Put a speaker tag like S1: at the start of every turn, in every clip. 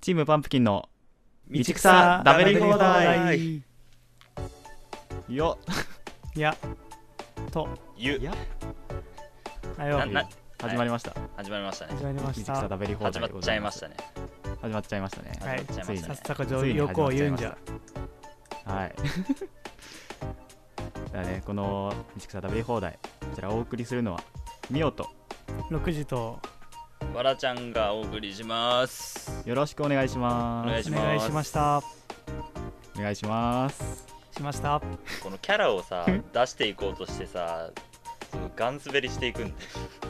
S1: チームパンプキンの道
S2: 道
S1: 草
S2: 草
S1: ダ
S2: ダ
S1: ベ
S2: ベ
S1: リ
S2: リ
S1: 放
S2: 放
S1: 題
S2: 題
S1: よ
S2: やと
S3: ゆ
S1: や
S2: あよ
S3: なな
S1: 始まりました、
S3: 始まりましたね
S2: 始まりま
S1: 道
S2: し
S1: 草
S2: た
S1: ダベリ放題
S3: 始まっちゃいましたたね
S1: 始まっちゃいましたね
S2: はい
S3: 始まっちゃいました
S2: 早
S3: ね
S2: 速
S1: ついに始まっちゃいました
S2: よくを言うんじゃ
S1: はい だからねこの道草ダベリ放題こちらお送りするのはミオと
S2: 6時と
S3: わらちゃんがお送りします
S1: よろしくお願いします
S3: お願い
S2: お
S3: します
S2: 願いしました
S1: お願いします
S2: しました
S3: このキャラをさ出していこうとしてさすごいガン滑りしていくんで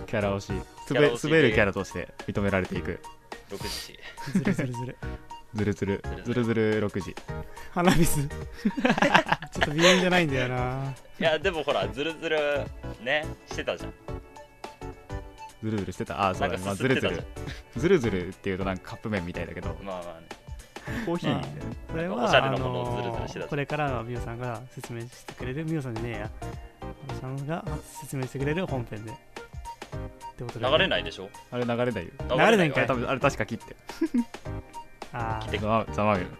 S1: キャラ推し
S3: キャラ推し
S1: 滑るキャラとして認められていく
S3: 6時
S2: ずるずるず る
S1: ずるずるずる
S3: ずる
S1: ずる6時
S2: 花火 すちょっと微妙じゃないんだよない
S3: やでもほらずるずるねしてたじゃん
S1: ずるずるしてたあそうだねま
S3: な
S1: あ
S3: んか
S1: ず
S3: すす
S1: る
S3: って
S1: ず
S3: たじ
S1: る
S3: ゃん
S1: ずるずるっていうとなんかカップ麺みたいだけど
S3: まあまあね
S1: コーヒーみたいな
S2: これは
S3: おしゃれ
S2: あ
S3: なものをズルズ
S2: の
S3: ルしてた
S2: これからはミオさんが説明してくれるミオさんじゃねえやミオさんが説明してくれる本編でってことだよね
S3: 流れないでしょ
S1: あれ流れないよ
S3: 流
S2: れないん
S1: あ
S2: か
S1: れ
S2: い
S1: 多分あれ確か切って
S2: あー
S3: 来て
S1: ざまざまみろ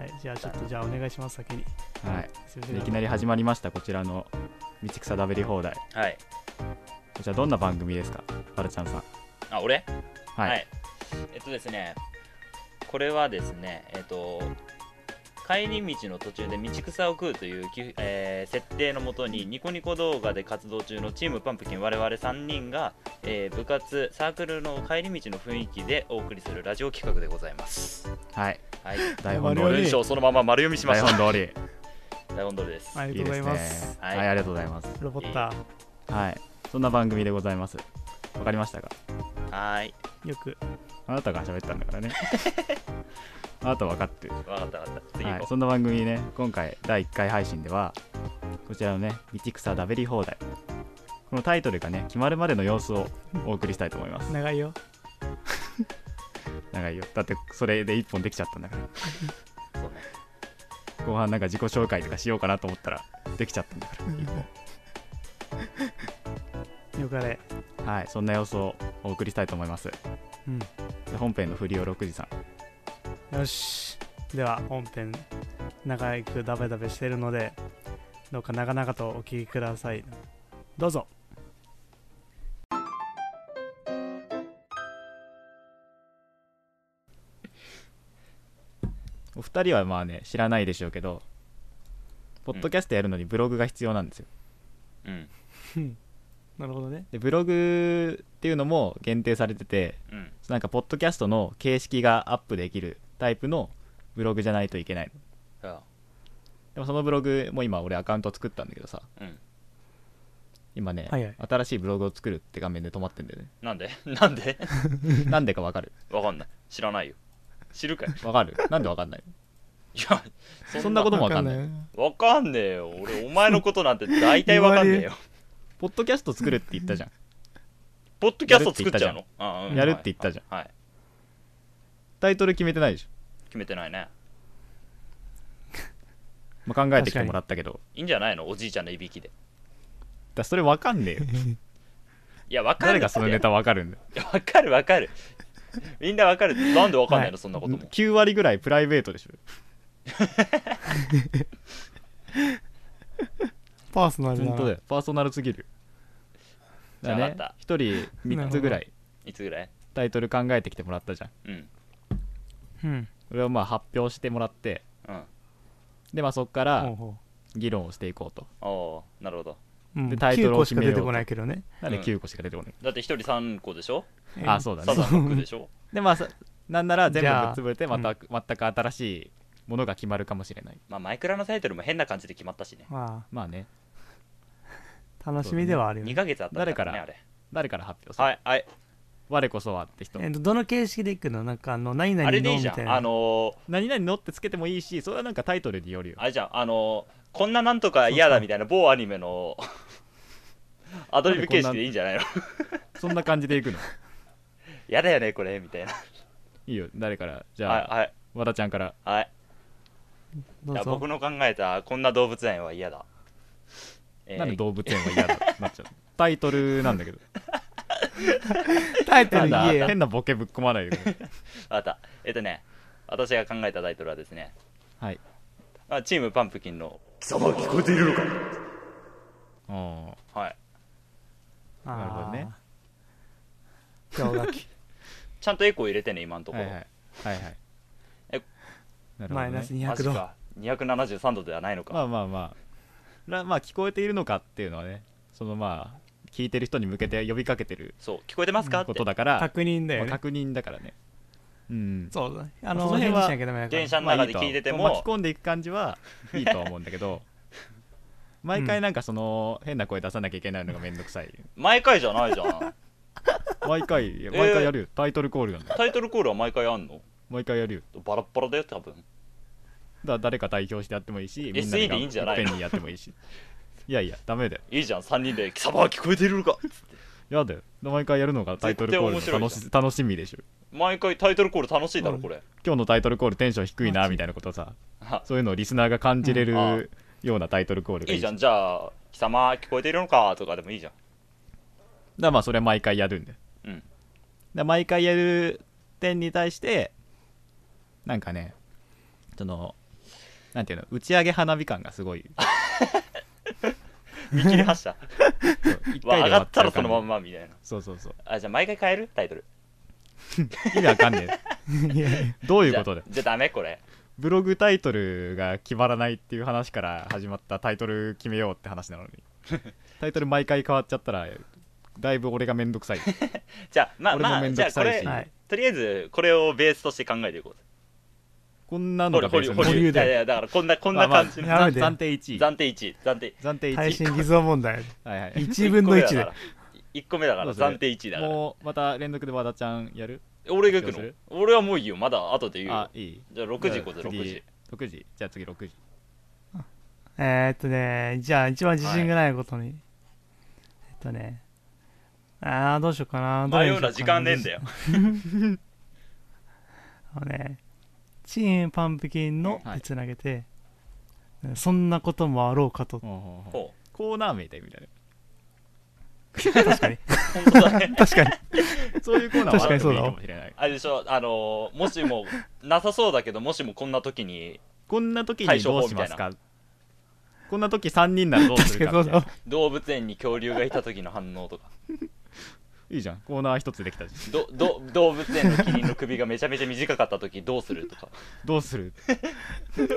S2: はいじゃあちょっとじゃあお願いします先に
S1: はい
S2: すいませ
S1: で
S2: ん
S1: いきなり始まりましたこちらの道草だべり放題
S3: はい
S1: こちらどんな番組ですかバルちゃんさん
S3: あ俺
S1: はい、
S3: えっとですねこれはですねえっと帰り道の途中で道草を食うというき、えー設定のもとにニコニコ動画で活動中のチームパンプキン我々3人が、えー部活サークルの帰り道の雰囲気でお送りするラジオ企画でございます
S1: はい、
S3: はい
S1: 台本通
S2: 我々
S1: り
S3: 文章そのまま丸読みしま
S1: 台
S3: した
S1: 本通り
S3: 台本通りです
S2: あり
S1: いい
S2: がとう
S1: で
S2: ご
S1: す
S2: ざい
S1: ね
S2: ます
S1: は、
S3: はいい
S1: ありがとうございます
S2: ロボッタ
S1: はいそんな番組でございますわかりましたか
S3: はーい
S2: ーよく
S1: あなたが喋ったんだからねあなた分かってる
S3: わかったわかった次
S1: は
S3: 行
S1: い、
S3: こ
S1: そんな番組ね今回第1回配信ではこちらのね「道草だべり放題」このタイトルがね決まるまでの様子をお送りしたいと思います
S2: 長いよ
S1: 長いよだってそれで1本できちゃったんだか
S3: うそうね
S1: ら後半なんか自己紹介とかしようかなと思ったらできちゃったんだから一
S2: よかれ
S1: 本はいそんな様子をお送りしたいと思います
S2: うん
S1: で本編の振りを6時さん
S2: よしでは本編長くダベダベしてるのでどうか長々とお聞きくださいどうぞ
S1: お二人はまあね知らないでしょうけどポッドキャストやるのにブログが必要なんですよ
S3: うん
S2: なるほどね
S1: でブログっていうのも限定されてて
S3: うん
S1: なんかポッドキャストの形式がアップできるタイプのブログじゃないといけないの
S3: あ
S1: でもそのブログも今俺アカウント作ったんだけどさ
S3: うん
S1: 今ね、
S2: はいはい
S1: 新しいブログを作るって画面で止まってんだよね
S3: なんで なんで
S1: なんでかわかる
S3: わかんない知らないよ 知るかい
S1: わかるなんでわかんない
S3: いや
S1: そんなこともわかんない
S2: い
S3: わかんねえよ。俺、お前のことなんて大体わか んねえよ。
S1: ポッドキャスト作るって言ったじゃん
S3: ポッドキャスト作っちゃうのあうん
S1: やるって言ったじゃん
S3: はい。はい
S1: タイトル決めてないでしょ、
S3: 決めてないね。
S1: まあ、考えてきてもらったけど
S3: いいんじゃないのおじいちゃんのいびきで。
S1: だそれ わかんねえよ
S3: いや、わか
S1: 誰
S3: るって
S1: がそのネタわかるんだよ
S3: いやわかるわかる。みんなわかる。なんでわかんないの、
S2: は
S3: そんなことも。
S1: 9割ぐらいプライベートでしょ
S2: パーソナルだ
S1: 本
S2: な
S1: 当だよパーソナルすぎるだからね
S3: じゃあわか
S1: 一人3つぐらい
S3: いつぐらい
S1: タイトル考えてきてもらったじゃん
S3: うん。
S2: うん
S1: それをまあ発表してもらって
S3: うん。
S1: でまあそこか
S2: ほう
S1: ら
S2: ほ
S1: 議論をしていこうと
S3: おおーなるほど。
S2: ううん
S1: でタイトルを
S2: 9個しか
S1: 決めようと
S2: 出てこないけどね
S1: なんで
S3: うん
S1: 9個しか出てこない、
S3: だって一人3個でしょ
S1: あそうだ
S3: サ
S1: ね
S3: ザン6でしょ
S1: でまあさなんなら全部
S2: じ
S1: ぶっ
S2: ゃあ
S1: 潰れてまた、全く新しいものが決まるかもしれない
S3: まあ、マイクラのタイトルも変な感じで決まったしね。
S2: ま
S1: まあね
S2: あ楽しみではあるよ
S3: 2
S2: ね
S3: ヶ月あったんだね、あ
S1: 誰
S3: れ。
S1: 誰から発表する、
S3: はい、はい。
S1: 我こそはって人
S2: えっとどの形式でいくのなんかあの何々
S3: あれ
S2: の
S3: でいい
S2: み
S3: じ
S2: た
S3: ゃ
S2: い
S3: ん。
S2: な
S3: あのー、
S1: 何々のってつけてもいいしそれはなんかタイトルによるよ
S3: あれじゃん、あの、こんななんとか嫌だみたいな某アニメ のアドリブ形式でいいんじゃないの
S1: そんな感じでいくの
S3: 嫌だよね、これ、みたいな。
S1: いいよ誰からじゃあ、
S3: はい、はい、
S1: 和田ちゃんから
S3: はい。
S2: ど
S3: じゃ
S2: う
S3: あ
S2: ぞ
S3: 僕の考えた、こんな動物園は嫌だ。えー
S1: なんで動物園は嫌だってなっちゃうのタイトルなんだけど
S2: タイト
S1: な
S2: ル
S1: ん
S2: 言
S1: だ
S2: えよ
S1: 変なボケぶっ込まないでくれ
S3: わかった。えっとね、私が考えたタイトルはですね
S1: はい
S3: あチームパンプキンの
S4: 貴様は聞こえているのか
S1: おー
S3: はい
S1: なるほどね
S2: あ ー。氷河期。
S3: ちゃんとエコー入れてね今のとこ
S1: は
S3: ろ、
S1: いはいはいはい
S3: え
S1: なるほどね
S2: マイナス200
S3: マジ
S2: 度。
S3: か273度ではないのか、
S1: まあまあまあらまあ聞こえているのかっていうのはねそのまあ聞いてる人に向けて呼びかけてる
S3: そう聞こえてますか、
S1: こ
S3: って
S1: とだから、
S2: 確認
S1: ま
S2: だよ
S1: あ、
S2: ね。
S1: 確認だからねうん
S2: そうだね。あ
S1: そ
S2: の、
S1: の辺
S2: 返
S1: は
S2: 事しなきゃダメだから。
S3: 電車の
S1: まあ
S3: 中で
S1: とは
S3: 聞いてて
S1: 巻
S3: も
S1: き込んでいく感じはいいとは思うんだけ ど毎回なんかその変な声出さなきゃいけないのがめんどくさ い
S3: 毎回じゃないじゃん
S1: 毎回いや毎回やるよ、タイトルコールなんだよ
S3: タイトルコールは毎回あんの
S1: 毎回やるよ
S3: バラッバラだよ多分
S1: だ誰か代表してやってもいいし
S3: SE でいいんじゃない
S1: っぺんにやってもいいしいやいやダメだよ
S3: いいじゃん3人で「貴様は聞こえているのか」
S1: やだよ毎回やるのがタイトルコールの楽し楽しみでしょ
S3: 毎回タイトルコール楽しいだろ
S2: うん
S3: これ、
S1: 今日のタイトルコールテンション低い
S2: マ
S1: な
S2: ジ
S1: みたいなことさ
S3: あ
S1: そういうのをリスナーが感じれる、
S3: うんあ
S1: ようなタイトルコールがい
S3: い
S1: い
S3: いじゃんじゃあ「貴様聞こえているのか」とかでもい いじゃん
S1: だからまあそれは毎回やるんだよ
S3: うん
S1: で毎回やる点に対してなんかねそのなんていうの打ち上げ花火感がすご い
S3: 見切り発車
S1: そう一
S3: わ
S1: 回で終
S3: 上が
S1: わ
S3: っ
S1: っちゃ
S3: た
S1: う感
S3: らそ
S1: じ
S3: のまんまみたいな
S1: そうそうそう
S3: あじゃあ毎回変えるタイトル
S1: 意味わかんね えどういう
S3: じ
S1: こ
S3: ゃあ
S1: とだよ
S3: じゃあダメこれ
S1: ブログタイトルが決まらないっていう話から始まったタイトル決めようって話な のにタイトル毎回変わっちゃったらだいぶ俺がめんどくさい
S3: じゃあまあ
S1: 俺も
S3: まあ
S1: めん
S3: じ
S1: ど
S3: ゃあ
S1: く
S3: こ
S1: さい
S3: れ、
S1: し
S2: はい。
S3: とりあえずこれをベースとして考えていこう
S1: こんなの
S3: 保
S1: が
S3: 留
S1: ベ
S3: 保
S1: ースに
S2: 保
S3: 留保留
S2: 留
S3: い
S2: で
S3: やいやだからこんなこん
S1: まあ
S3: な
S1: まあ
S3: 感じの、
S2: やめて
S1: 暫定1位
S3: 暫定1位暫定
S1: 暫定
S2: 耐震
S1: 1位
S2: 偽造問 題。
S1: はいはい
S2: 1分の1
S3: だ
S2: で
S3: か。ら1個目だ
S1: ど
S3: か
S1: う
S3: ら
S1: する
S3: 暫定1位だから
S1: もうまた連続で和田ちゃんやる
S3: 俺が行く
S1: どうす
S3: の
S1: る
S3: 俺はもういいよまだ後で言う
S1: あ
S3: よ
S1: いい
S3: じゃあ6時行こうぜ6時
S1: 6時じゃあ次6時
S2: えー、っとね、じゃあ一番自信がないことに。えっとね、あー、どうしようかな。どれ
S3: 迷
S2: にし
S3: う
S2: よ
S3: な時間ねえんだ
S2: よ
S3: よ
S2: うかな。あのね、チームパンプキンの
S1: はい
S2: 手つなげて、そんなこともあろうか と。
S3: ほう
S1: コーナー名だよみたい
S2: 確かに。
S3: 本当だ ね
S2: 確かに。
S1: なそういうコーナーはあってもいいかもしれない
S3: あれでしょあのーもしもなさそうだけどもしもこんな時に
S1: こんな時にどうしますかこんな時3人ならどうす
S2: 確か
S1: るかみた
S2: にそう
S1: いな
S2: だわ。
S3: 動物園に恐竜がいた時の反応とか
S1: いいじゃんコーナー一つできたし
S3: どど動物園のキリンの首がめちゃめちゃ短かった時どうするとか
S1: どうする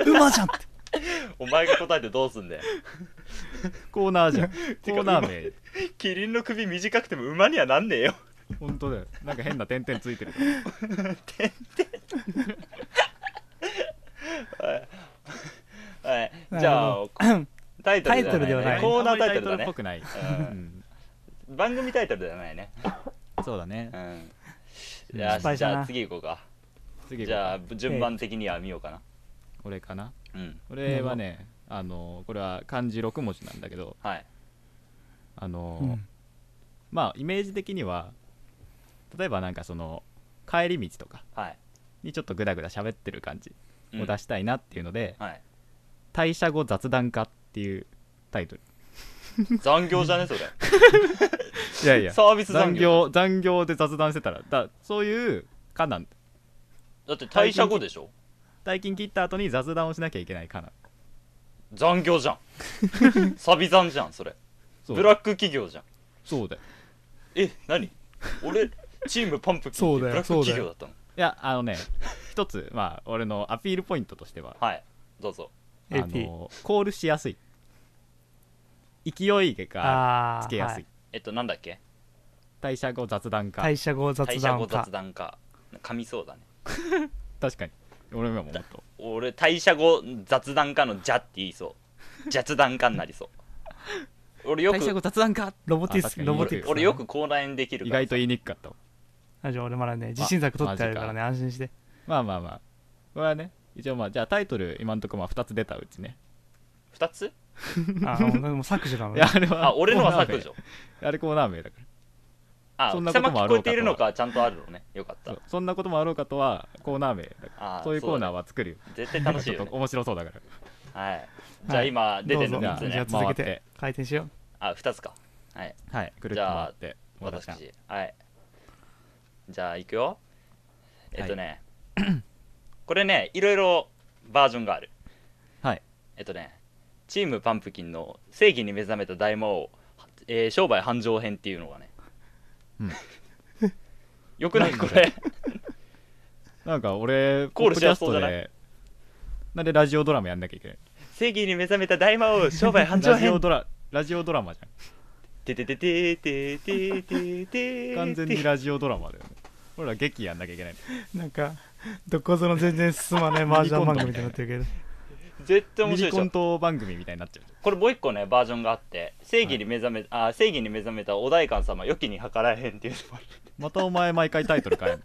S2: 馬じゃんって。
S3: お前が答えてどうすんだよ
S1: コーナー じゃんコーナー名
S3: キリンの首短くても馬にはなんねえよ
S1: 本当だよなんか変な点々ついてる
S2: なるほど
S3: はいじゃあタイト
S2: タ
S3: ルじゃ
S2: イトルではない
S3: ねコーナータイトルだ
S1: あんまりタイトルっ
S3: ね
S1: ぽくない、
S3: う
S1: うん
S3: 番組タイトルではないね
S1: そうだね
S3: うん
S1: うん
S3: じ
S2: 失
S3: ゃあ
S2: 敗し
S3: じ
S2: たな
S3: ゃあ次行こうか
S1: 次
S3: じゃあ順番的には見ようかな
S1: 俺かな
S3: うん
S1: 俺はねあのこれは漢字6文字なんだけど
S3: はい
S1: あの、
S2: うん
S1: まあイメージ的には例えばなんかその帰り道とか
S3: はい
S1: にちょっとグダグダ喋ってる感じ
S3: うん
S1: を出したいなっていうので、
S3: はい
S1: 退社後雑談家っていうタイトル
S3: 残業じゃねそれ
S1: いやいや
S3: サービス残
S1: 残
S3: 業
S1: 業残業で雑談してたらだそういうかなんだ
S3: だって退社後でしょ
S1: 大金切った後に雑談をしなきゃいけないかな
S3: 残業じゃん サビ残じゃんそれ
S1: そう
S3: ブラック企業じゃん
S1: そうだよ
S3: え何俺チームパンプキン
S2: そ
S3: っ
S2: う
S3: て
S2: だよ
S3: ブラック企業だったの
S1: いやあのね 一つまあ俺のアピールポイントとしては
S3: はいどうぞ
S1: あ
S2: AP
S1: のコールしやすい勢いが
S2: あー
S1: つけや
S2: は
S1: すい
S2: い、
S3: えっとなんだっけ
S1: 退社後雑談家
S2: 退社後雑
S3: 退社
S2: 談
S3: 後
S2: か
S3: 雑談家噛みそうだね
S1: 確かに俺ももっと
S3: 俺退社後雑談家の「じゃ」って言いそう雑談家になりそう俺よ
S1: 退社後
S3: く
S1: 雑談家
S2: ロボティ
S1: あ確
S2: ス
S1: かに
S2: ロボティクス
S3: 俺よく口内炎できる
S1: 意
S3: から
S1: 外と言いにくかったわ
S2: あじゃあ俺まだね自信作取ってあるからね安心して
S1: まあまあまあこれはね一応まあじゃあタイトル今んとこまあ2つ出たうちね
S3: 2つ
S2: あもうもう削除だも ん
S1: い
S2: ね
S1: やあれは
S3: あ俺のは削
S1: コーナー
S3: 除
S1: 名あれコーナー名だから
S3: あ
S1: そんな
S3: 貴
S1: こと
S3: 様
S1: もあ
S3: 聞
S1: ろ
S3: こ
S1: う
S3: え
S1: かと
S3: ているのかちゃんとあるのねよかっ
S1: そ
S3: た
S1: うそんなこともあろうかとはコーナー名だから
S3: あ
S1: そういうコーナー
S3: ー
S1: は作るよ
S3: そうだね絶対楽しい
S1: ちょ
S3: よ
S1: っと
S3: ね
S1: 面白そうだから
S3: はいじゃあ今出てるの
S1: どう
S3: 3
S1: ぞ
S3: つ
S2: じゃ
S3: ね
S2: あ続
S1: 回
S2: けて
S1: って
S2: 回転しよ
S3: あ二2つかはい
S1: はいくるっと回って
S3: 私
S1: 私
S3: はいじゃあ行くよえっとね、これねいろいろバージョンがある
S1: はい
S3: えっとねチームパンプキンの正義に目覚めた大魔王、えー商売繁盛編っていうのがね、
S1: うん
S3: よくないこれ
S1: なんか俺
S3: コールしやすそうじゃない
S1: ポッドキャストでなんでラジオドラマやんなきゃいけない
S3: 正義に目覚めた大魔王商売繁盛
S1: ラジオ
S3: 編
S1: ドララジオドラマじゃ
S3: てててててててて
S1: ん完全にラジオドラマだよね俺ら劇やんなきゃいけない
S2: なんかどこぞの全然 進まないマージャン番組みたいになってるけど
S3: 絶対面
S1: ミニ
S3: 白いでし
S1: コ
S3: ょ
S1: ント番組みたいになっちゃう
S3: これもう一個ねバージョンがあって正義に目覚め、あ正義に目覚めたお代官様良きに計らえへんっていうのも ある
S1: またお前毎回タイトル変え る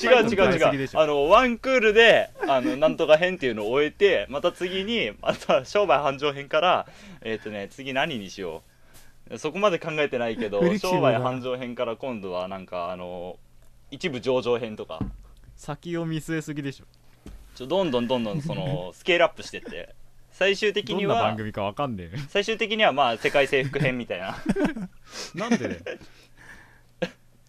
S3: 違う違
S1: タイトル変えす
S3: う
S1: ぎ
S3: 違
S1: で
S3: う
S1: しょ
S3: あのワンクールであのなんとか編っていうのを終えてまた次にまた商売繁盛編からえっ、とね次何にしようそこまで考えてないけど
S2: フレキシブ
S3: 商
S2: ルだ
S3: 売繁盛編から今度はなんかあの一部上場編とか
S1: 先を見据えすぎでしょ
S3: ちょどんどんどんどん そのスケールアップしてって最終的
S1: どん
S3: に
S1: な番
S3: は
S1: 組かわかんねえ
S3: 最終的にはまあ世界征服編みたいな
S1: なんでだ よ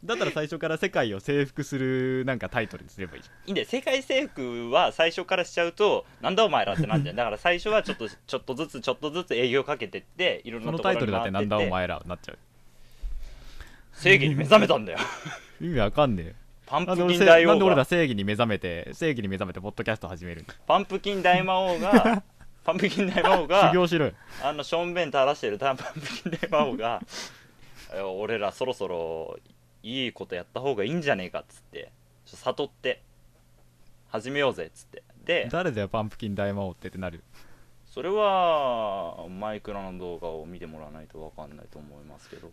S1: だったら最初から世界を征服するなんかタイトルにすればいいじ
S3: いいんだよ世界征服は最初からしちゃうとなんだお前らっ てなんじゃんだから最初はちょっとちょっとずつちょっとずつ営業かけてっていろ
S1: ゃん
S3: ん
S1: その
S3: なとこ
S1: タイ
S3: ろに
S1: トルだって
S3: 回
S1: な
S3: って
S1: ん
S3: って
S1: だお前らになっちゃう
S3: 正義に目覚めたんだよ
S1: 意味わかんねえ
S3: パン
S1: な
S3: プ
S1: んで俺
S3: キン
S1: せ
S3: 大
S1: な
S3: 王
S1: んで俺ら
S3: が
S1: 正義に目覚めて正義に目覚めてポッドキャスト始めるんだ
S3: パンプキン大魔 王がパンプキン大魔王
S1: 修
S3: が
S1: 行しろよ
S3: あのしょんべん垂らしてるパンプキン大魔王がえ俺らそろそろいいことやった方がいいんじゃねえかっつってちょ悟って始めようぜっつってで
S1: 誰だよパンプキン大魔王ってってなるよ
S3: それはマイクラの動画を見てもらわないと分かんないと思いますけど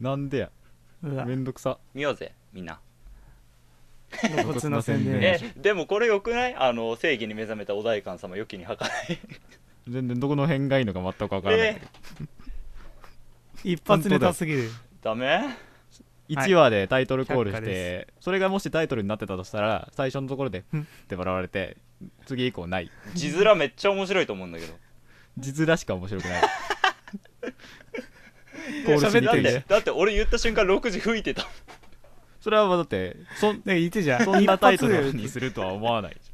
S1: なんでや
S2: うわ
S1: めんどくさ
S3: 見ようぜみんな
S2: 露骨な宣
S1: う
S2: 伝
S1: ん
S3: えでもこれよくないあの正義に目覚めたお代官様良きに計らえ
S1: 全然どこの辺がいいのか全くわからないんだ
S3: え
S1: けど、
S2: 一発ネタすぎる
S3: ダメ
S2: はい
S1: 1話でタイトルコールし
S2: 却下で
S1: てそれがもしタイトルになってたとしたら最初のところで
S2: う
S1: ふ
S2: ん
S1: って笑われて次以降ない
S3: 字面めっちゃ面白いと思うんだけど
S1: 字面しか面白くないコールし
S2: 喋
S1: に
S3: だ
S1: く
S3: っ
S1: い
S3: て
S1: ね
S3: だって俺言った瞬間6時吹いてた
S1: それはだって そん
S2: ね言ってじゃん
S1: そんなタイト
S2: 一
S1: ル
S2: 発
S1: にするとは思わないじ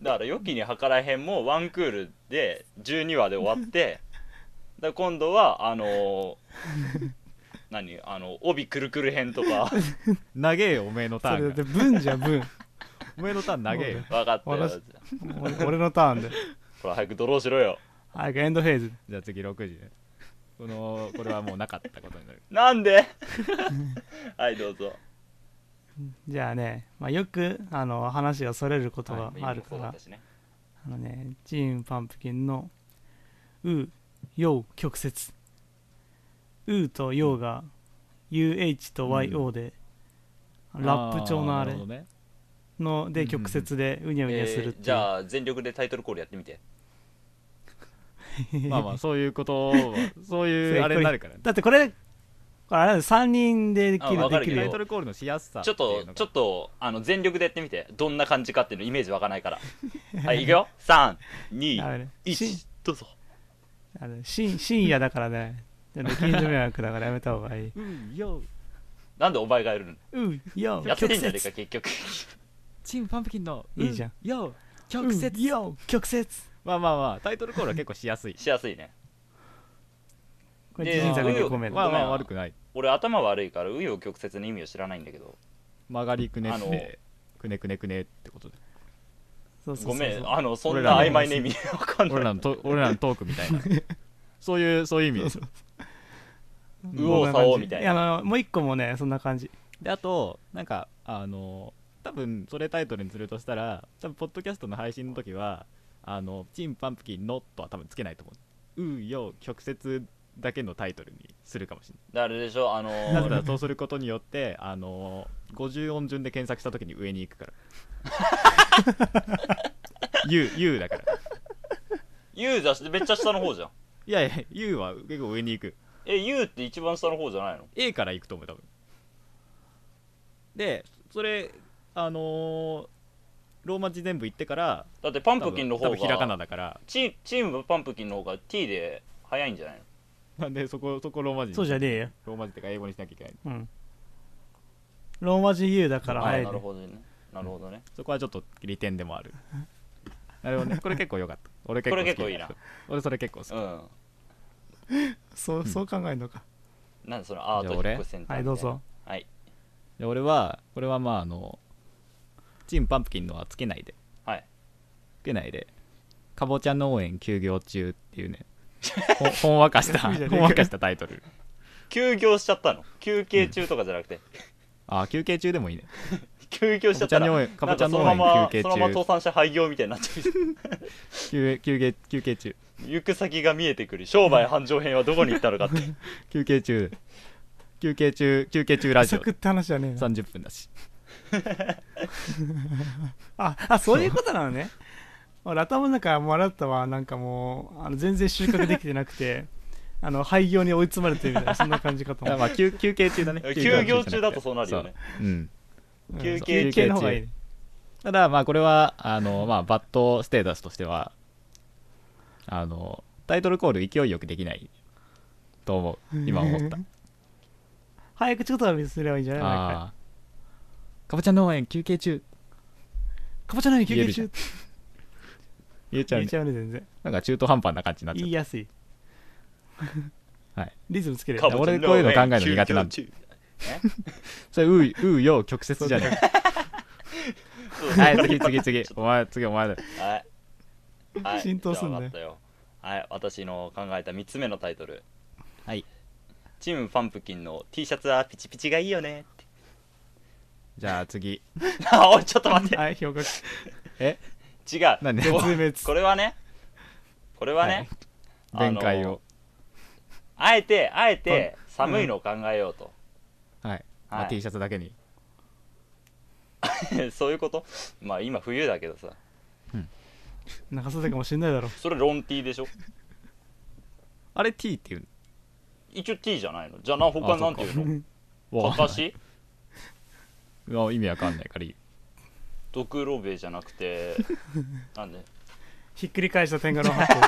S3: だから良きに計らえへんもワンクールで12話で終わってだから今度はあのー何あの帯くるくる編と
S1: ゃ
S3: か
S1: ん長えよおめえのタ
S2: それだ
S1: ー
S2: っ
S1: ンが
S2: て文じゃん文
S1: おめえのターン長え
S2: そう
S1: よ
S2: だ
S3: 分かったよ
S2: 私俺俺のターンで
S3: ほら早くドローしろよ
S2: 早くエンドフェーズ
S1: じゃあ次6時ねこのこれはもうなかったことになる
S3: なんではいどうぞ
S2: じゃあね、まあ、よくあの話がそれることが
S3: はい
S2: あるから、
S3: 今もそうだったしね
S2: あのね、チームパンプキンの「う」「よう」曲折「う」と「よう」が「UH」と「YO」で、 ラップ調のあれ
S1: ーなるほどね
S2: の
S1: う
S2: で
S1: んうんうん
S2: 曲折でうにゃうにゃするっていう、
S3: えーじゃあ全力でタイトルコールやってみて
S1: まあまあそういうことをそういうあれになる からね
S2: だってこれこれあれ3人ででき
S3: あわ
S2: る
S3: か
S2: で
S3: る
S2: き
S3: け
S2: る
S1: タ
S3: ど
S2: よ
S1: イトルコールのしやすさ
S3: ちょって
S1: い
S3: と
S1: うのが
S3: ちょっとあの全力でやってみてどんな感じかっていうのイメージわかないからはいいくよ321
S2: あれねし
S3: どうぞ
S2: あれ深深夜だからね近所迷惑だからやめた方がいい
S1: 「うんよ
S3: なんでお前がやるの
S2: 「う」「よう」
S3: やってん
S2: 曲
S3: じゃね
S2: 折
S3: えか結局
S1: チームパンプキンの
S2: いいじゃん
S1: うんよ
S2: 曲折「よう」曲折
S1: まあまあまあタイトルコールは結構 しやすい
S3: しやすいね
S2: これ
S3: で
S2: 自信作
S1: あー
S2: 2個目だ
S1: まあまあ
S3: ごめん
S1: 悪くない
S3: 俺頭悪いから紆余曲折の意味を知らないんだけど
S1: 曲がりくね
S3: あ
S1: っ
S3: の
S1: てくねくねくねってことで
S2: そうそうそう
S3: ごめ
S2: そ
S3: ん
S2: う
S3: あのそん
S1: 俺ら
S3: な
S1: の
S3: 曖昧な意味わか ん
S1: 俺
S3: ない
S1: らのト俺らのトークみたいな そういうそういう意味です
S3: 右往左往みたいな
S2: やあのもう一個もねそんな感じ
S1: であとなんかあの多分それタイトルにするとしたら多分ポッドキャストの配信の時はあのチームパンプキンのとは多分つけないと思ううーよ曲折だけのタイトルにするかもしれない
S3: だからあれでしょあの
S1: なぜならそうすることによってあの50音順で検索した時に上に行くから U, U だから
S3: ユーザーめっちゃ下の方じゃん
S1: いやいや U は結構上に行く
S3: えユーって一番下の方じゃないの
S1: A から行くと思う多分でそれあのーローマ字全部行ってから
S3: だってパン
S1: 多
S3: プ
S1: 分
S3: キンの
S1: 多
S3: 方
S1: 分ひらがな
S3: が
S1: だから
S3: チチームパンプキンの方が T で早いんじゃないの
S1: なんでそこそこローマ字に
S2: そうじゃねえよ
S1: ローマ字ってか英語にしなきゃいけない
S2: うんローマ字 U だから
S3: あ
S2: あ
S3: ー
S2: え
S3: な
S2: て
S3: るほどねなるほどね、
S1: そこはちょっと利点でもあるなるほどねこれ結構良かった俺結構好き
S3: これ結構いい
S1: 俺それ結構好き
S3: うん
S2: そううんそう考えるのか、
S3: なんでそのアート
S1: じゃあ俺
S3: 引っ越しセンター
S2: はいどうぞ
S3: はい
S1: で俺はこれはまああのチームパンプキンのはつけないで
S3: はい
S1: つけないでかぼちゃ農園休業中っていうねほほんわかした
S2: いいじゃねえか
S1: ほんわかしたタイトル
S3: 休業しちゃったの休憩中とかじゃなくて、
S1: あー休憩中でもいいね
S3: 休業しちゃったら
S1: かぼちゃ農園かぼちゃ農園
S3: なんかそのまま
S1: 休憩中
S3: そのまま倒産して廃業みたいになっちゃう
S1: 休休憩休憩中
S3: 行く先が見えてくる商売繁盛編はどこに行ったのかって
S1: 休憩中休憩中休憩中ラジ
S2: サ
S1: オ
S2: クって話じゃねえな
S1: 30分だし
S2: ああそういうことなのね俺頭の中もうあなたはなんかもうあの全然収穫できてなくて あの廃業に追い詰まれてるみたいなそんな感じかと思
S1: あ
S2: う
S1: まあ休休憩中だね
S3: 休業中だとそうなるよね
S1: そううん
S2: うん
S3: 休
S2: そう
S3: 憩
S2: 休憩の方がいいね
S1: ただまあこれはあのまあバッドステータスとしてはあのタイトルコール勢いよくできないと思う今思った
S2: 早口言葉にすればいいんじゃないなんか
S1: あーかぼちゃ農園休憩中
S2: かぼちゃのに休
S1: 言え
S2: 憩
S1: るじゃ
S2: 中
S1: ん言えちゃう、
S2: 言え
S1: ね、
S2: ちゃうね全然
S1: なんか中途半端な感じになっ
S2: 言い
S1: ちゃ
S2: やすい
S1: はい
S2: リズムつける
S1: ぼ俺こういうの考えるの苦手なんで
S3: 休業
S1: う
S3: 中
S1: それういうよう曲折じゃね
S3: そう
S1: え はい次次次お前次お前だ
S3: はい。はい、
S2: 浸透すんね
S3: じゃあ分かったよ。はい、私の考えた3つ目のタイトル。
S1: はい。
S3: チームパンプキンの T シャツはピチピチがいいよね って。
S1: じゃあ次
S3: あ、おい、ちょっと待っ て。
S2: はい評価
S1: え
S3: 違う。
S1: 何
S3: でも
S2: 絶滅
S3: これはね、これはね、あの
S1: 弁解を
S3: あえて、あえて寒いのを考えようと。
S1: はい、まあ
S3: はい
S1: T シャツだけに
S3: そういうことまあ今冬だけどさ。
S2: 長袖かもしんないだろ
S3: それロン T でしょ
S1: あれ T っていう
S3: 一応 T じゃないのじゃあな、他
S1: あ
S3: なんていうの
S1: の
S3: かかし
S1: わ意味わかんないからいい
S3: ドクロベじゃなくて、なんで
S2: ひっくり返した天下の発行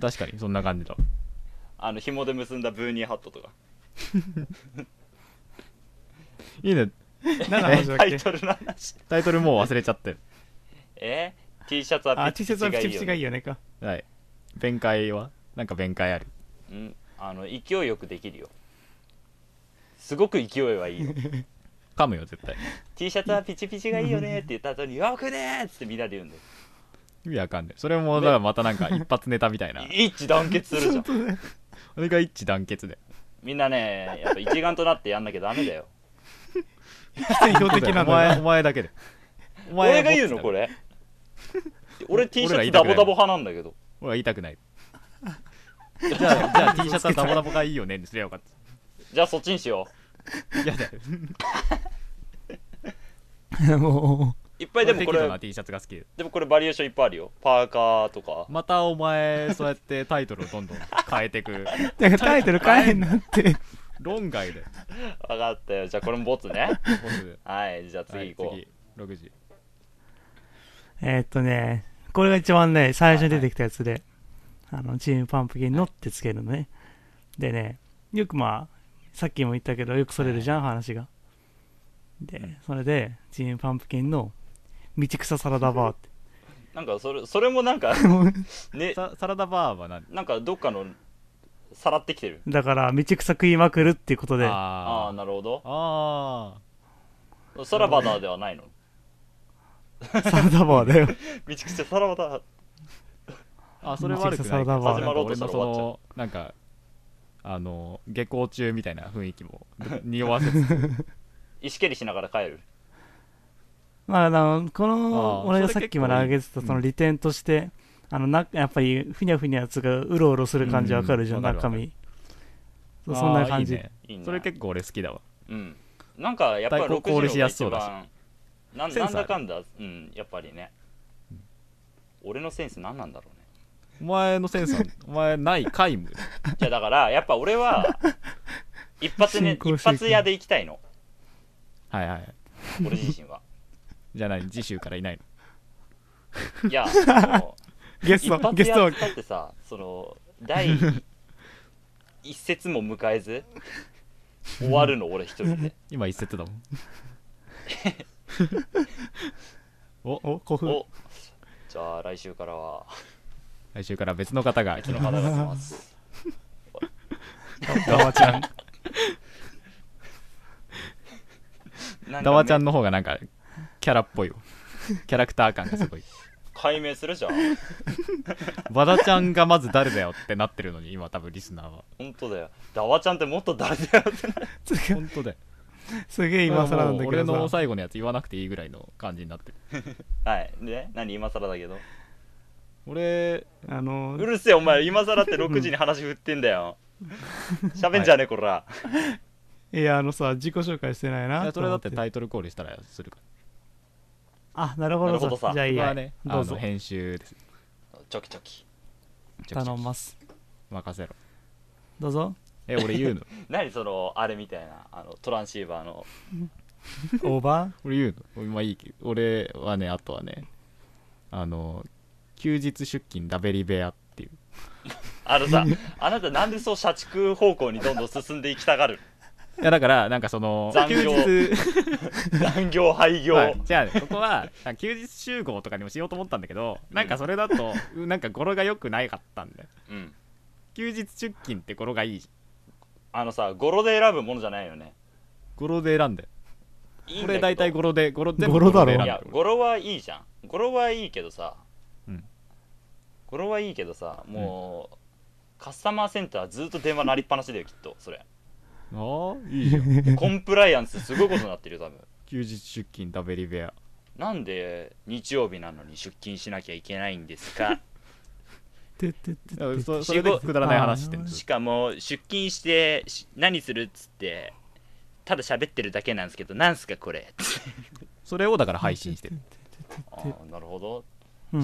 S1: 確かにそんな感じだ
S3: あの紐で結んだブーニーハットとか。
S1: いいね
S2: 何の話だっ
S3: タイ
S2: け
S3: トルの話。
S1: タイトルもう忘れちゃってる
S3: え ?T シャツは
S2: あ
S3: ピ
S2: T シャ
S3: チピ
S2: ツはピチピ
S3: チ
S2: チ
S3: が
S2: が
S3: い
S2: い
S3: い
S2: い
S3: よ、ね。
S2: よねか
S1: はい弁解はなんか弁解ある
S3: うん。あの、勢いよくできるよ。すごく勢いはいいよ。
S1: 噛むよ絶対
S3: T シャツはピチピチがいいよねって言った後に、よくねーっつってみんなで言うんだよ。
S1: 意味わかんないそれもだからまたなんか一発ネタみたい な
S3: 一致団結するじゃん。
S1: それが一致団結で
S3: みんなね、やっぱ一丸となってやんなきゃダメだよ。
S2: 非標的な
S1: お前お
S2: の
S1: 前だけでお
S3: 俺が言うのこ
S1: れ
S3: れ。俺 T シ
S1: 俺ら言いた
S3: ャツダ
S1: くな
S3: ボ
S1: い
S3: ダボ派なんだけど。
S1: 俺は言いたくない じゃあじゃあ T シャツはダボダボがいいよねにすりゃよかっ
S3: じゃあそっちにしよう。
S1: たいやだよ
S2: ね も
S3: いっぱいでも
S1: 俺
S3: こ
S1: 適度な
S3: れ、
S1: T シャツが好きで
S3: でもこれバリエーションいっぱいあるよ。パーカーとか。
S1: またお前そうやってタイトルをどんどん変えてく
S2: うだからタイトル変えへんなって
S1: 論外で
S3: 分かったよ。じゃあこれもボツね。
S1: 僕
S3: はい、じゃあ次行こう。
S1: はい次6時
S2: えーっとね、これが一番ね、最初に出てきたやつで、あの、チームパンプキンのってつけるのね。でね、よくまあ、さっきも言ったけど、よくそれるじゃん、話が。で、それで、チームパンプキンの、道草サラダバーって。
S3: なんかそれそれもなんかね
S1: さサラダバーは何
S3: なんかどっかのさらってきてる
S2: だから、道草食いまくるっていうことで、
S3: ああ
S1: あー
S3: なるほど
S1: あ
S3: サラバダーではないの
S2: サラダバーだよ。
S3: 道草サラバダ
S1: ー
S3: ー
S1: あそれ悪く
S2: 道草
S1: な
S2: サ
S1: い
S2: ラダバ
S1: な
S2: ー
S1: んか俺のそ
S3: 始まろうとしたら終
S1: のなんかあの下校中みたいな雰囲気 も匂わせつつ
S3: 石蹴りしながら帰る
S2: まあ、あの、この、
S1: あー
S2: 俺が
S1: そ
S2: さっ
S1: れ
S2: き
S1: 結構
S2: ま
S1: いい
S2: で挙げてた、その利点として、あの、な、やっぱり、ふにゃふにゃやつがうろうろする感じわかるじゃん、
S1: うんうんわか
S2: 中
S1: るわか
S2: 身。そうそんな感じ。
S1: あーいいね
S3: いいね
S1: それ結構俺好きだわ
S3: うんなんかやっぱり
S1: 大根コール
S3: 60
S1: し
S3: が
S1: やす
S3: 一
S1: そうだし
S3: 番なん
S1: セン
S3: なん
S1: スあ
S3: だ
S1: る
S3: かんだうんやっぱりね俺のセンス何なんだろうね
S1: お前のセンスはお前ない皆無
S3: じゃあだからやっぱ 俺は一発ね
S2: 進行
S3: 一
S2: していく
S3: 発屋で行きたいの
S1: はいはい
S3: 俺自身は
S1: じゃあ何次週からいないの
S3: いやあの
S2: ゲスト、
S3: 一発
S2: ゲス
S3: や
S2: ト
S3: っ、たってさその第一節も迎えず終わるの俺一人で
S1: 今一節だもんお
S2: お古墳
S3: おじゃあ来週からは
S1: 来週から別の方が
S3: 別の方が来ます
S2: ダワちゃん
S1: ダワちゃ
S3: ん
S1: んの方がなんかキャラっぽいよキャラクター感がすごい
S3: 解明するじゃん
S1: 和田ちゃんがまず誰だよってなってるのに今多分リスナーは
S3: 本当だよダワちゃんってもっと誰だよってな
S2: つうか
S1: 本当だよ
S2: すげえ今更なんだけ
S1: 俺の
S2: どさ
S1: 最後のやつ言わなくていいぐらいの感じになってる
S3: はいで何今更だけど
S1: 俺
S2: あの
S3: うるせえお前今更って6時に話振ってんだよ喋んじゃねえこら
S2: いやあのさ自己紹介してない
S1: い
S2: な
S1: やそれだって
S2: と思
S1: タイトルコールしたらするか
S2: あなるほど
S3: なるほどさ
S2: さじゃあ
S1: ら
S2: いい
S1: これ
S2: や
S1: はね
S2: どう
S1: あの
S2: ぞ
S1: 編集です
S3: チョキチョキ
S1: ちょきちょ
S2: 頼
S1: き
S2: ます
S1: 任せろ
S2: ど うぞ
S1: え俺言うの
S3: 何そのあれみたいなあのトランシーバーの
S2: オーバー
S1: 俺言うのまあいいけど俺はねあとはねあの休日出勤ダベリ部屋っていう
S3: あのさあなたなんでそう社畜方向にどんどん進んでいきた がる
S1: いやだからなんかその
S3: 残
S1: 休
S3: 業
S1: 日
S3: 残業廃業、
S1: はいじゃあねここはなんか休日集合とかにもしようと思ったんだけどなんかそれだとうなんか語呂が良くないかったんだよ
S3: うん
S1: 休日出勤って語呂がいいじゃん
S3: あのさ語呂で選ぶものじゃないよね
S1: 語呂で選んで
S3: いいん
S1: こ
S3: だけ
S1: れ
S3: ど
S1: 大体語呂で語呂全部
S2: 語呂だろ
S1: で
S3: い
S1: 選ん
S3: や
S1: でる
S3: 語呂はいいじゃん語呂はいいけどさ、
S1: うん
S3: 語呂はいいけどさもう、カスタマーセンターずっと電話鳴りっぱなしだよきっとそれ
S1: ああいいじゃん
S3: コンプライアンスすごいことになってるよ多分
S1: 休日出勤ダベリ部屋
S3: なんで日曜日なのに出勤しなきゃいけないんですか
S2: てってってって
S1: そそれでくだらない話してんの
S2: あー
S3: しかも出勤してし何するっつってただ喋ってるだけなんですけどなんすかこれ
S1: それをだから配信してる
S3: あーなるほど、
S2: うん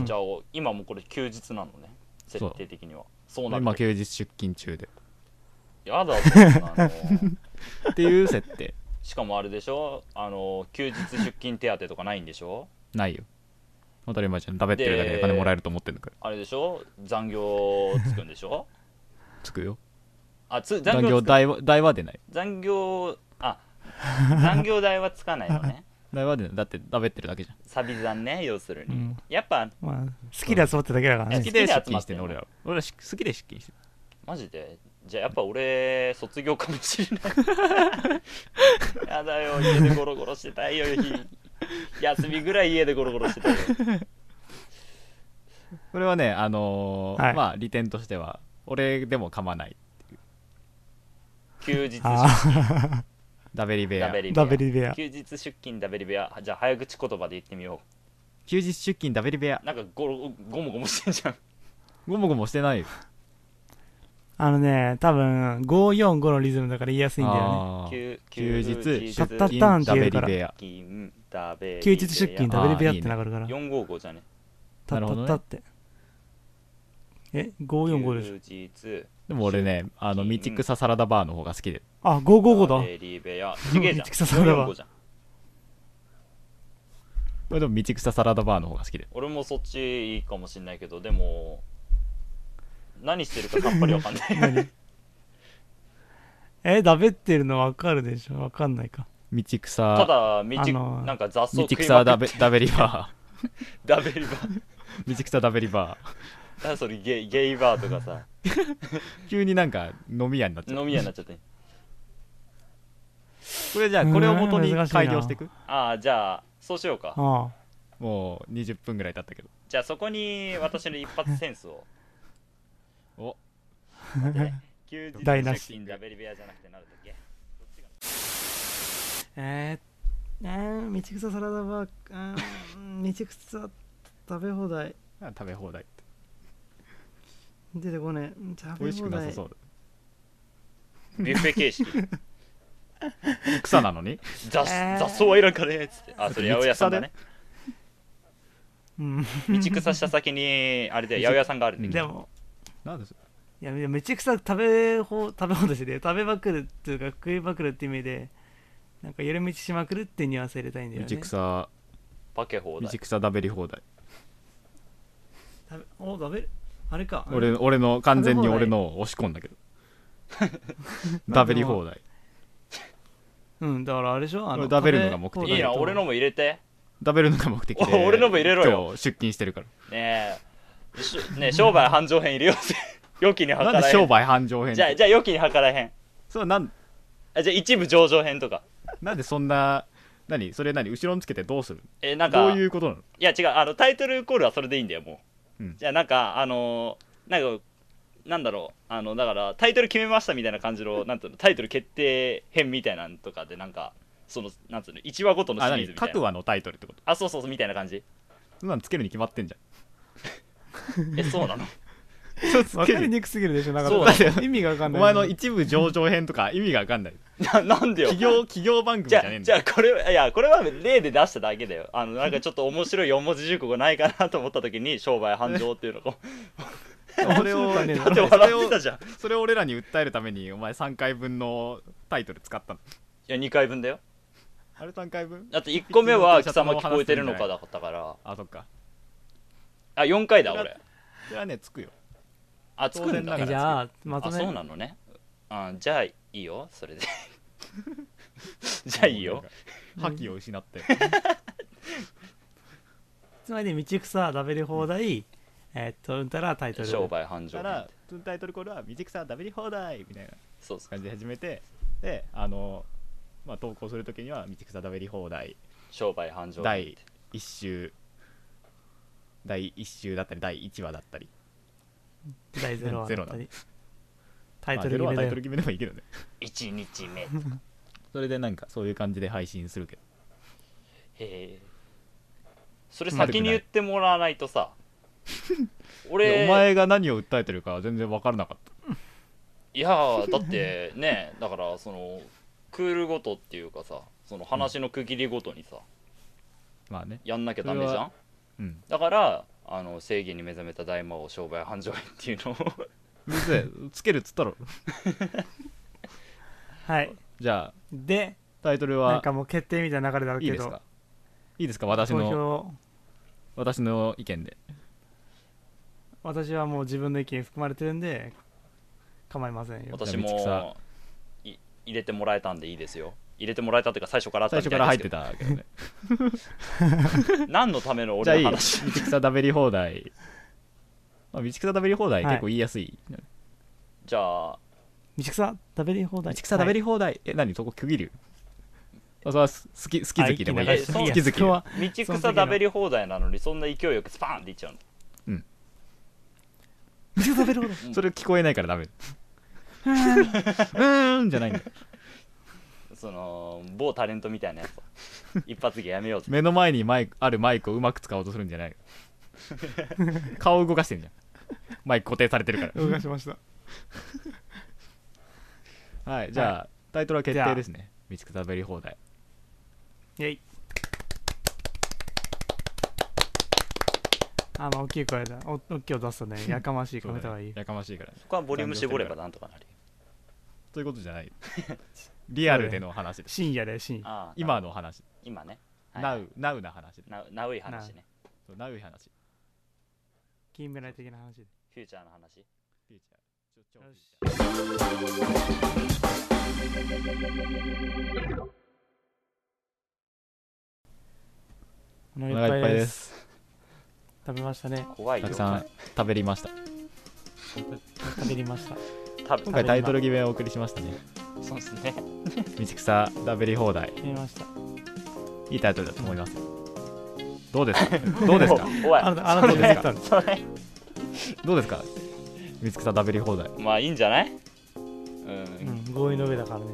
S3: じゃあ今もうこれ休日なのね設定的にはそうな
S1: 今
S3: る
S1: 休日出勤中で
S3: やだそんなの
S1: っていう設定
S3: しかもあれでしょあの休日出勤手当とかないんでしょ
S1: ないよ当たり前じゃん食べってるだけで金もらえると思ってんのから
S3: あれでしょ残業つくんでしょ
S1: つくよ
S3: あつ
S1: 残
S3: 残業
S1: 業
S3: つく
S1: 代は代は出ない
S3: 残業あ残業代はつかないのね
S1: 代は出ないだって食べってるだけじゃん
S3: サビ残ね要するに、
S2: うん
S3: やっぱ
S2: まあ好きで集まってるだけだから
S3: 好
S1: 好
S2: ね
S3: き
S1: きで
S3: で集
S1: 出
S3: ま
S1: 勤
S3: っ
S1: してて
S3: ん
S1: ん
S3: の
S1: の俺ら俺らし好きで出勤してる
S3: マジでじゃあやっぱ俺卒業かもしれない やだよ家でゴロゴロしてたいよ日休みぐらい家でゴロゴロしてたいよ
S1: これはねあのー
S2: はい
S1: まあ利点としては俺でも噛まない
S3: 休日出勤
S2: あ
S1: ダベリ部
S3: ダ
S1: 屋
S3: ベリ部
S2: ダ
S3: 屋
S2: ベリ部屋
S3: 休日出勤ダベリ部屋じゃあ早口言葉で言ってみよう
S1: 休日出勤ダベリ部屋
S3: なんかゴロゴモゴモしてんじゃん。
S1: ゴモゴモしてないよ
S2: あのね多分545のリズムだから言いやすいんだよね
S1: あー
S3: 休
S1: 休日出勤
S2: たったったんって
S1: ダ
S2: 言
S1: ベ
S2: うか
S1: リ
S2: ら
S1: 部屋
S3: 勤ダベリ
S2: 休日出勤ダベリ部屋っ
S1: あーいい
S2: て
S1: ね
S2: ながるから
S3: 455じゃね。
S2: た
S1: なる
S2: っ
S1: ほど
S2: たっ
S1: ね
S2: たってえ545でしょ
S3: 休日
S1: でも俺ねあの道草サラダバーの方が好きで
S2: あ555だ
S3: ダベリ部屋。 ちげえじゃん。
S2: 道草さんだわ
S3: 455じゃん。
S1: 俺でも道草サラダバーの方が好きで
S3: 俺もそっちいいかもしんないけど、でも、何してるかさっぱりわか んない。
S2: えダベってるの分かるでしょ分かんないか
S1: 道
S3: た
S1: 草
S3: だ、道、
S2: のー
S3: なんか雑草
S1: 道
S3: 食い
S1: 草
S3: まく
S1: ダ
S3: って
S1: ベダベリバ
S3: ダベリバー。
S1: ー 道草ダベリバ
S3: なんかそれゲイゲイバーとかさ、
S1: ー急になんか飲み屋になっちゃう
S3: 飲み屋になっちゃって。
S1: これじゃあこれを元に
S2: うーん難しいな
S1: 改良していく
S3: ああ、じゃあ、そうしようか。
S2: あ
S1: もう20分ぐらい経ったけど
S3: じゃあそこに私の一発セン スを。
S1: お
S3: 待ってね休日
S2: 台無
S3: 出
S2: し
S3: 勤ダベリ部屋じゃなくてなんだっけどっち
S2: あ
S3: が
S2: えー、えー、道草サラダバーあー道草食べ放題
S1: あ食べ放題って
S2: 出てこねえ食
S1: 美
S2: べ
S1: 味しく
S2: 放
S1: なさ
S2: 題
S1: そう
S3: ビュッフェ形式
S1: だ草なのに
S3: 雑
S2: えー
S3: 雑草はいらんかねっつってあそれ八百屋さんだね
S2: うん
S3: 道草した先にあれで八百屋さんがあるね
S1: うん
S2: でも
S1: なんでそ
S2: いやいや道草食べ放食べ放題で食べまくるっていうか食いまくるって意味でなんか夜道しまくるってニュアンス入れたいんだよ
S1: れ
S2: ね
S1: 道草
S3: パケ放
S1: 道
S3: 題
S1: 草ダベリ放題
S2: 食べお食べるあれか
S1: 俺俺の完全に俺のを押し込んだけどダベリ放題
S2: うん、だからあれでしょあ
S1: こ
S2: の
S1: れ食べるのが目的
S2: 食べ
S3: いいな
S2: 放題と
S3: 俺のも入れて
S1: 食べるのが目的で
S3: お俺のも入れろよ
S1: 今日出勤してるから
S3: ねえしねえ商売繁盛編入れようぜ 良きに計ら
S1: な
S3: え
S1: んで商売繁盛編
S3: じゃあじゃあ良きに計らえへん
S1: そうなん
S3: あじゃあ一部上場編とか
S1: なんでそんな何それ何後ろにつけてどうする
S3: えなんか
S1: どういうことなの
S3: いや違うあのタイトルコールはそれでいいんだよもう、
S1: うん
S3: じゃあなんかあのーなんかなんだろうあのだからタイトル決めましたみたいな感じのなんていうのタイトル決定編みたいなんとかでなんかそのなんつうの1話ごとの
S1: あ
S3: シリー
S1: 何
S3: ズみたい
S1: 各
S3: な
S1: 話のタイトルってこと
S3: あそうそうそうみたいな感じ
S1: そんなのつけるに決まってんじ
S3: えそうなの
S1: ゃんそうつ
S2: わ
S1: け
S2: かり
S1: る
S2: にくすぎるでしょなん
S3: そう
S2: か
S3: だ
S1: よ
S2: 意味がわか
S1: お
S2: んない
S1: 前の一部上場編とか意味が分かんない
S3: ななんでよ
S1: 企業企業番組じ
S3: じ
S1: ゃ
S3: ゃ
S1: ねえ
S3: あ
S1: ん
S3: じ
S1: だ
S3: ゃ
S1: よ
S3: あこれはいやこれは例で出しただけだよあのなんかちょっと面白い四文字熟語ないかなと思った 時に商売繁盛っていうのを
S1: それを
S2: 面白くねえな
S3: だって
S1: それ
S3: 笑っ
S1: を
S3: てたじゃんい
S1: それを俺らに訴えるためにお前3回分のタイトル使ったの
S3: や2回分だよ
S1: あれ3回分
S3: だって1個目は貴様聞こえてるのかだったから
S1: あそっか
S3: あ4回だ俺
S1: それはねつくよ
S3: あ作るんだ
S1: 当然ながら
S2: じゃあまと
S3: あ
S2: め
S3: そうなのねあじゃあいいよ それでじゃあいいよ
S1: 覇気を失って
S2: つまり道草食べる放題えーっとうんたらタイトル
S3: 商売繁盛
S1: からタイトルコールは「道草食べり放題」みたいな
S3: そうそう
S1: 感じで始めてであのまあ投稿するときには「道草食べり放題
S3: 商売繁」盛
S1: 第1週第1週だったり第1話だったり
S2: 第ゼロ話
S1: ゼロ
S2: だっ
S1: な
S2: た
S1: の
S2: りタイ
S1: ま
S2: ト
S1: あゼ
S2: ル
S1: ロ
S2: 決
S1: はタ
S2: めだ
S1: イ
S2: よ
S1: トル決めでもいいけどね
S3: 1日目へ
S1: それでなんかそういう感じで配信するけど
S3: えそれ先に言ってもらわない とさ
S1: で
S3: 俺
S1: お前が何を訴えてるかは全然分からなかった
S3: いやーだってねだからそのクールごとっていうかさその話の区切りごとにさ
S1: まあね
S3: やんなきゃダメじ
S1: それ
S3: ゃ
S1: は
S3: ん
S1: うん
S3: だからあの正義に目覚めた大魔王商売繁盛っていう のを
S1: うるせえつけるっつったろ
S2: はい
S1: じゃあ
S2: で
S1: タイトル
S2: なん
S1: は
S2: かもう決定みたいな流れだ
S1: いい
S2: け
S1: です
S2: ど
S1: かいいですか私
S2: 投
S1: の
S2: 票
S1: 私の意見で
S2: 私はもう自分の意見含まれてるんで構いませんよ
S3: 私
S1: いや道
S3: もい入れてもらえたんでいいですよ入れてもらえたっていうか最初からあった
S1: 最
S3: み
S1: 初
S3: た
S1: か
S3: い
S1: ら
S3: で
S1: 入
S3: す
S1: って
S3: けど
S1: たけどね
S3: 何のための
S1: じゃあ
S3: 俺
S1: いい
S3: の
S1: よ道
S3: 話
S1: 草食べり放題、 まあ、道草食べり放題
S2: はい
S1: 結構言いやすい、
S3: じゃあ
S2: 道草食べり放題
S1: 道草食べ
S2: り
S1: り放題、え何そこ区切るあそれはす好き好き好きでもいい
S3: あ
S1: よ
S3: 一気に
S1: 好き好き
S2: は
S1: よ
S2: い
S3: 道
S2: その
S3: 草
S2: 時の
S3: 食べり放題なのにそんな勢いよくスパーンっていっちゃうの
S2: 道草食べる放題
S1: それ聞こえないからダメうーんじゃないんだよ
S3: その某タレントみたいなや つ一発芸やめようぜ
S1: 目の前にマイクあるマイクをうまく使おうとするんじゃない顔動かしてんじゃんマイク固定されてるか
S2: 動かしました
S1: らはいじゃあ、タイトルは決定ですね道草食べり放題
S2: イェイあまあ大きい声だお大きいを出すとねやかましい
S1: そう
S2: 声
S1: だね
S2: だがいい
S1: やかましいからね
S3: そこはボリューム絞ればなんとかなるよ
S1: そういうことじゃないリアルでの話です
S2: 深夜で深夜
S3: ああ
S1: 今の話
S3: 今ね
S1: ナウナウな話で
S3: ななうい話ね
S1: そうナウい話
S2: 金メダル的な話で
S3: フューチャーの話
S1: フューチャーちょちょ
S2: よしお
S1: お腹いっ
S2: 腹いっぱ
S1: ぱ
S2: い
S1: い
S2: で
S1: ですす
S2: 食べましたね
S3: 怖いよ
S1: たくさん食べりました
S2: 食べりました
S3: 多分
S1: 今回タイトル決めをお送りしましたね
S3: そうですね
S1: 道草食べり放題
S2: 食べました
S1: いいタイトルだと思いますどうです かどうですか
S3: おおい
S2: あなたあなた
S1: そうで
S2: で
S1: す
S2: や
S1: か
S2: ったんです
S3: それ
S1: どうですか道草食べり放題
S3: まあいいんじゃないうん、
S2: うん合意の上だからね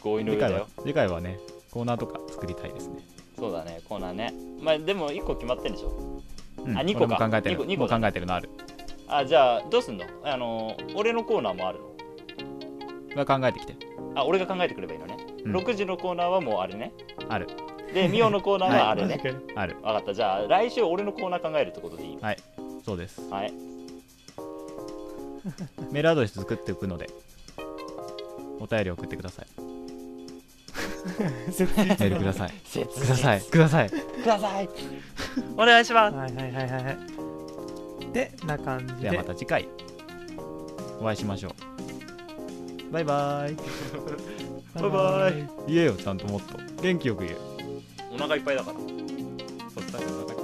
S3: 合意の
S1: 次
S3: 上
S1: 回
S3: だ
S1: は
S3: よ
S1: 次回はねコーナーとか作りたいですね、
S3: そうだねコーナーねまあでも1個決まってんでしょ
S1: うん、
S3: あ二個か
S1: 俺も考えてる
S3: 二個二
S1: も
S3: 個
S1: う
S3: だ
S1: 考えてるのある
S3: あじゃあどうすんのあの俺のコーナーもあるの
S1: が考えてきて
S3: あ俺が考えてくればいいのね、
S1: うん
S3: 6時のコーナーはもうあれね
S1: ある
S3: でミオのコーナーはあれね、
S2: 確かに
S1: ある
S3: 分かったじゃあ来週俺のコーナー考えるってことでいい
S1: そうです
S3: はい
S1: メールアドレス作っておくのでお便り送ってください
S2: 切実
S1: メールくだ さい
S3: 切
S1: くださいください
S3: くださいお願いします
S2: はいはいはいはいはいでな感じ
S1: で
S2: で
S1: はまた次回お会いしましょうバイバイバイバイ言えよちゃんともっと元気よく言え
S3: お腹いっぱいだから
S1: そうだから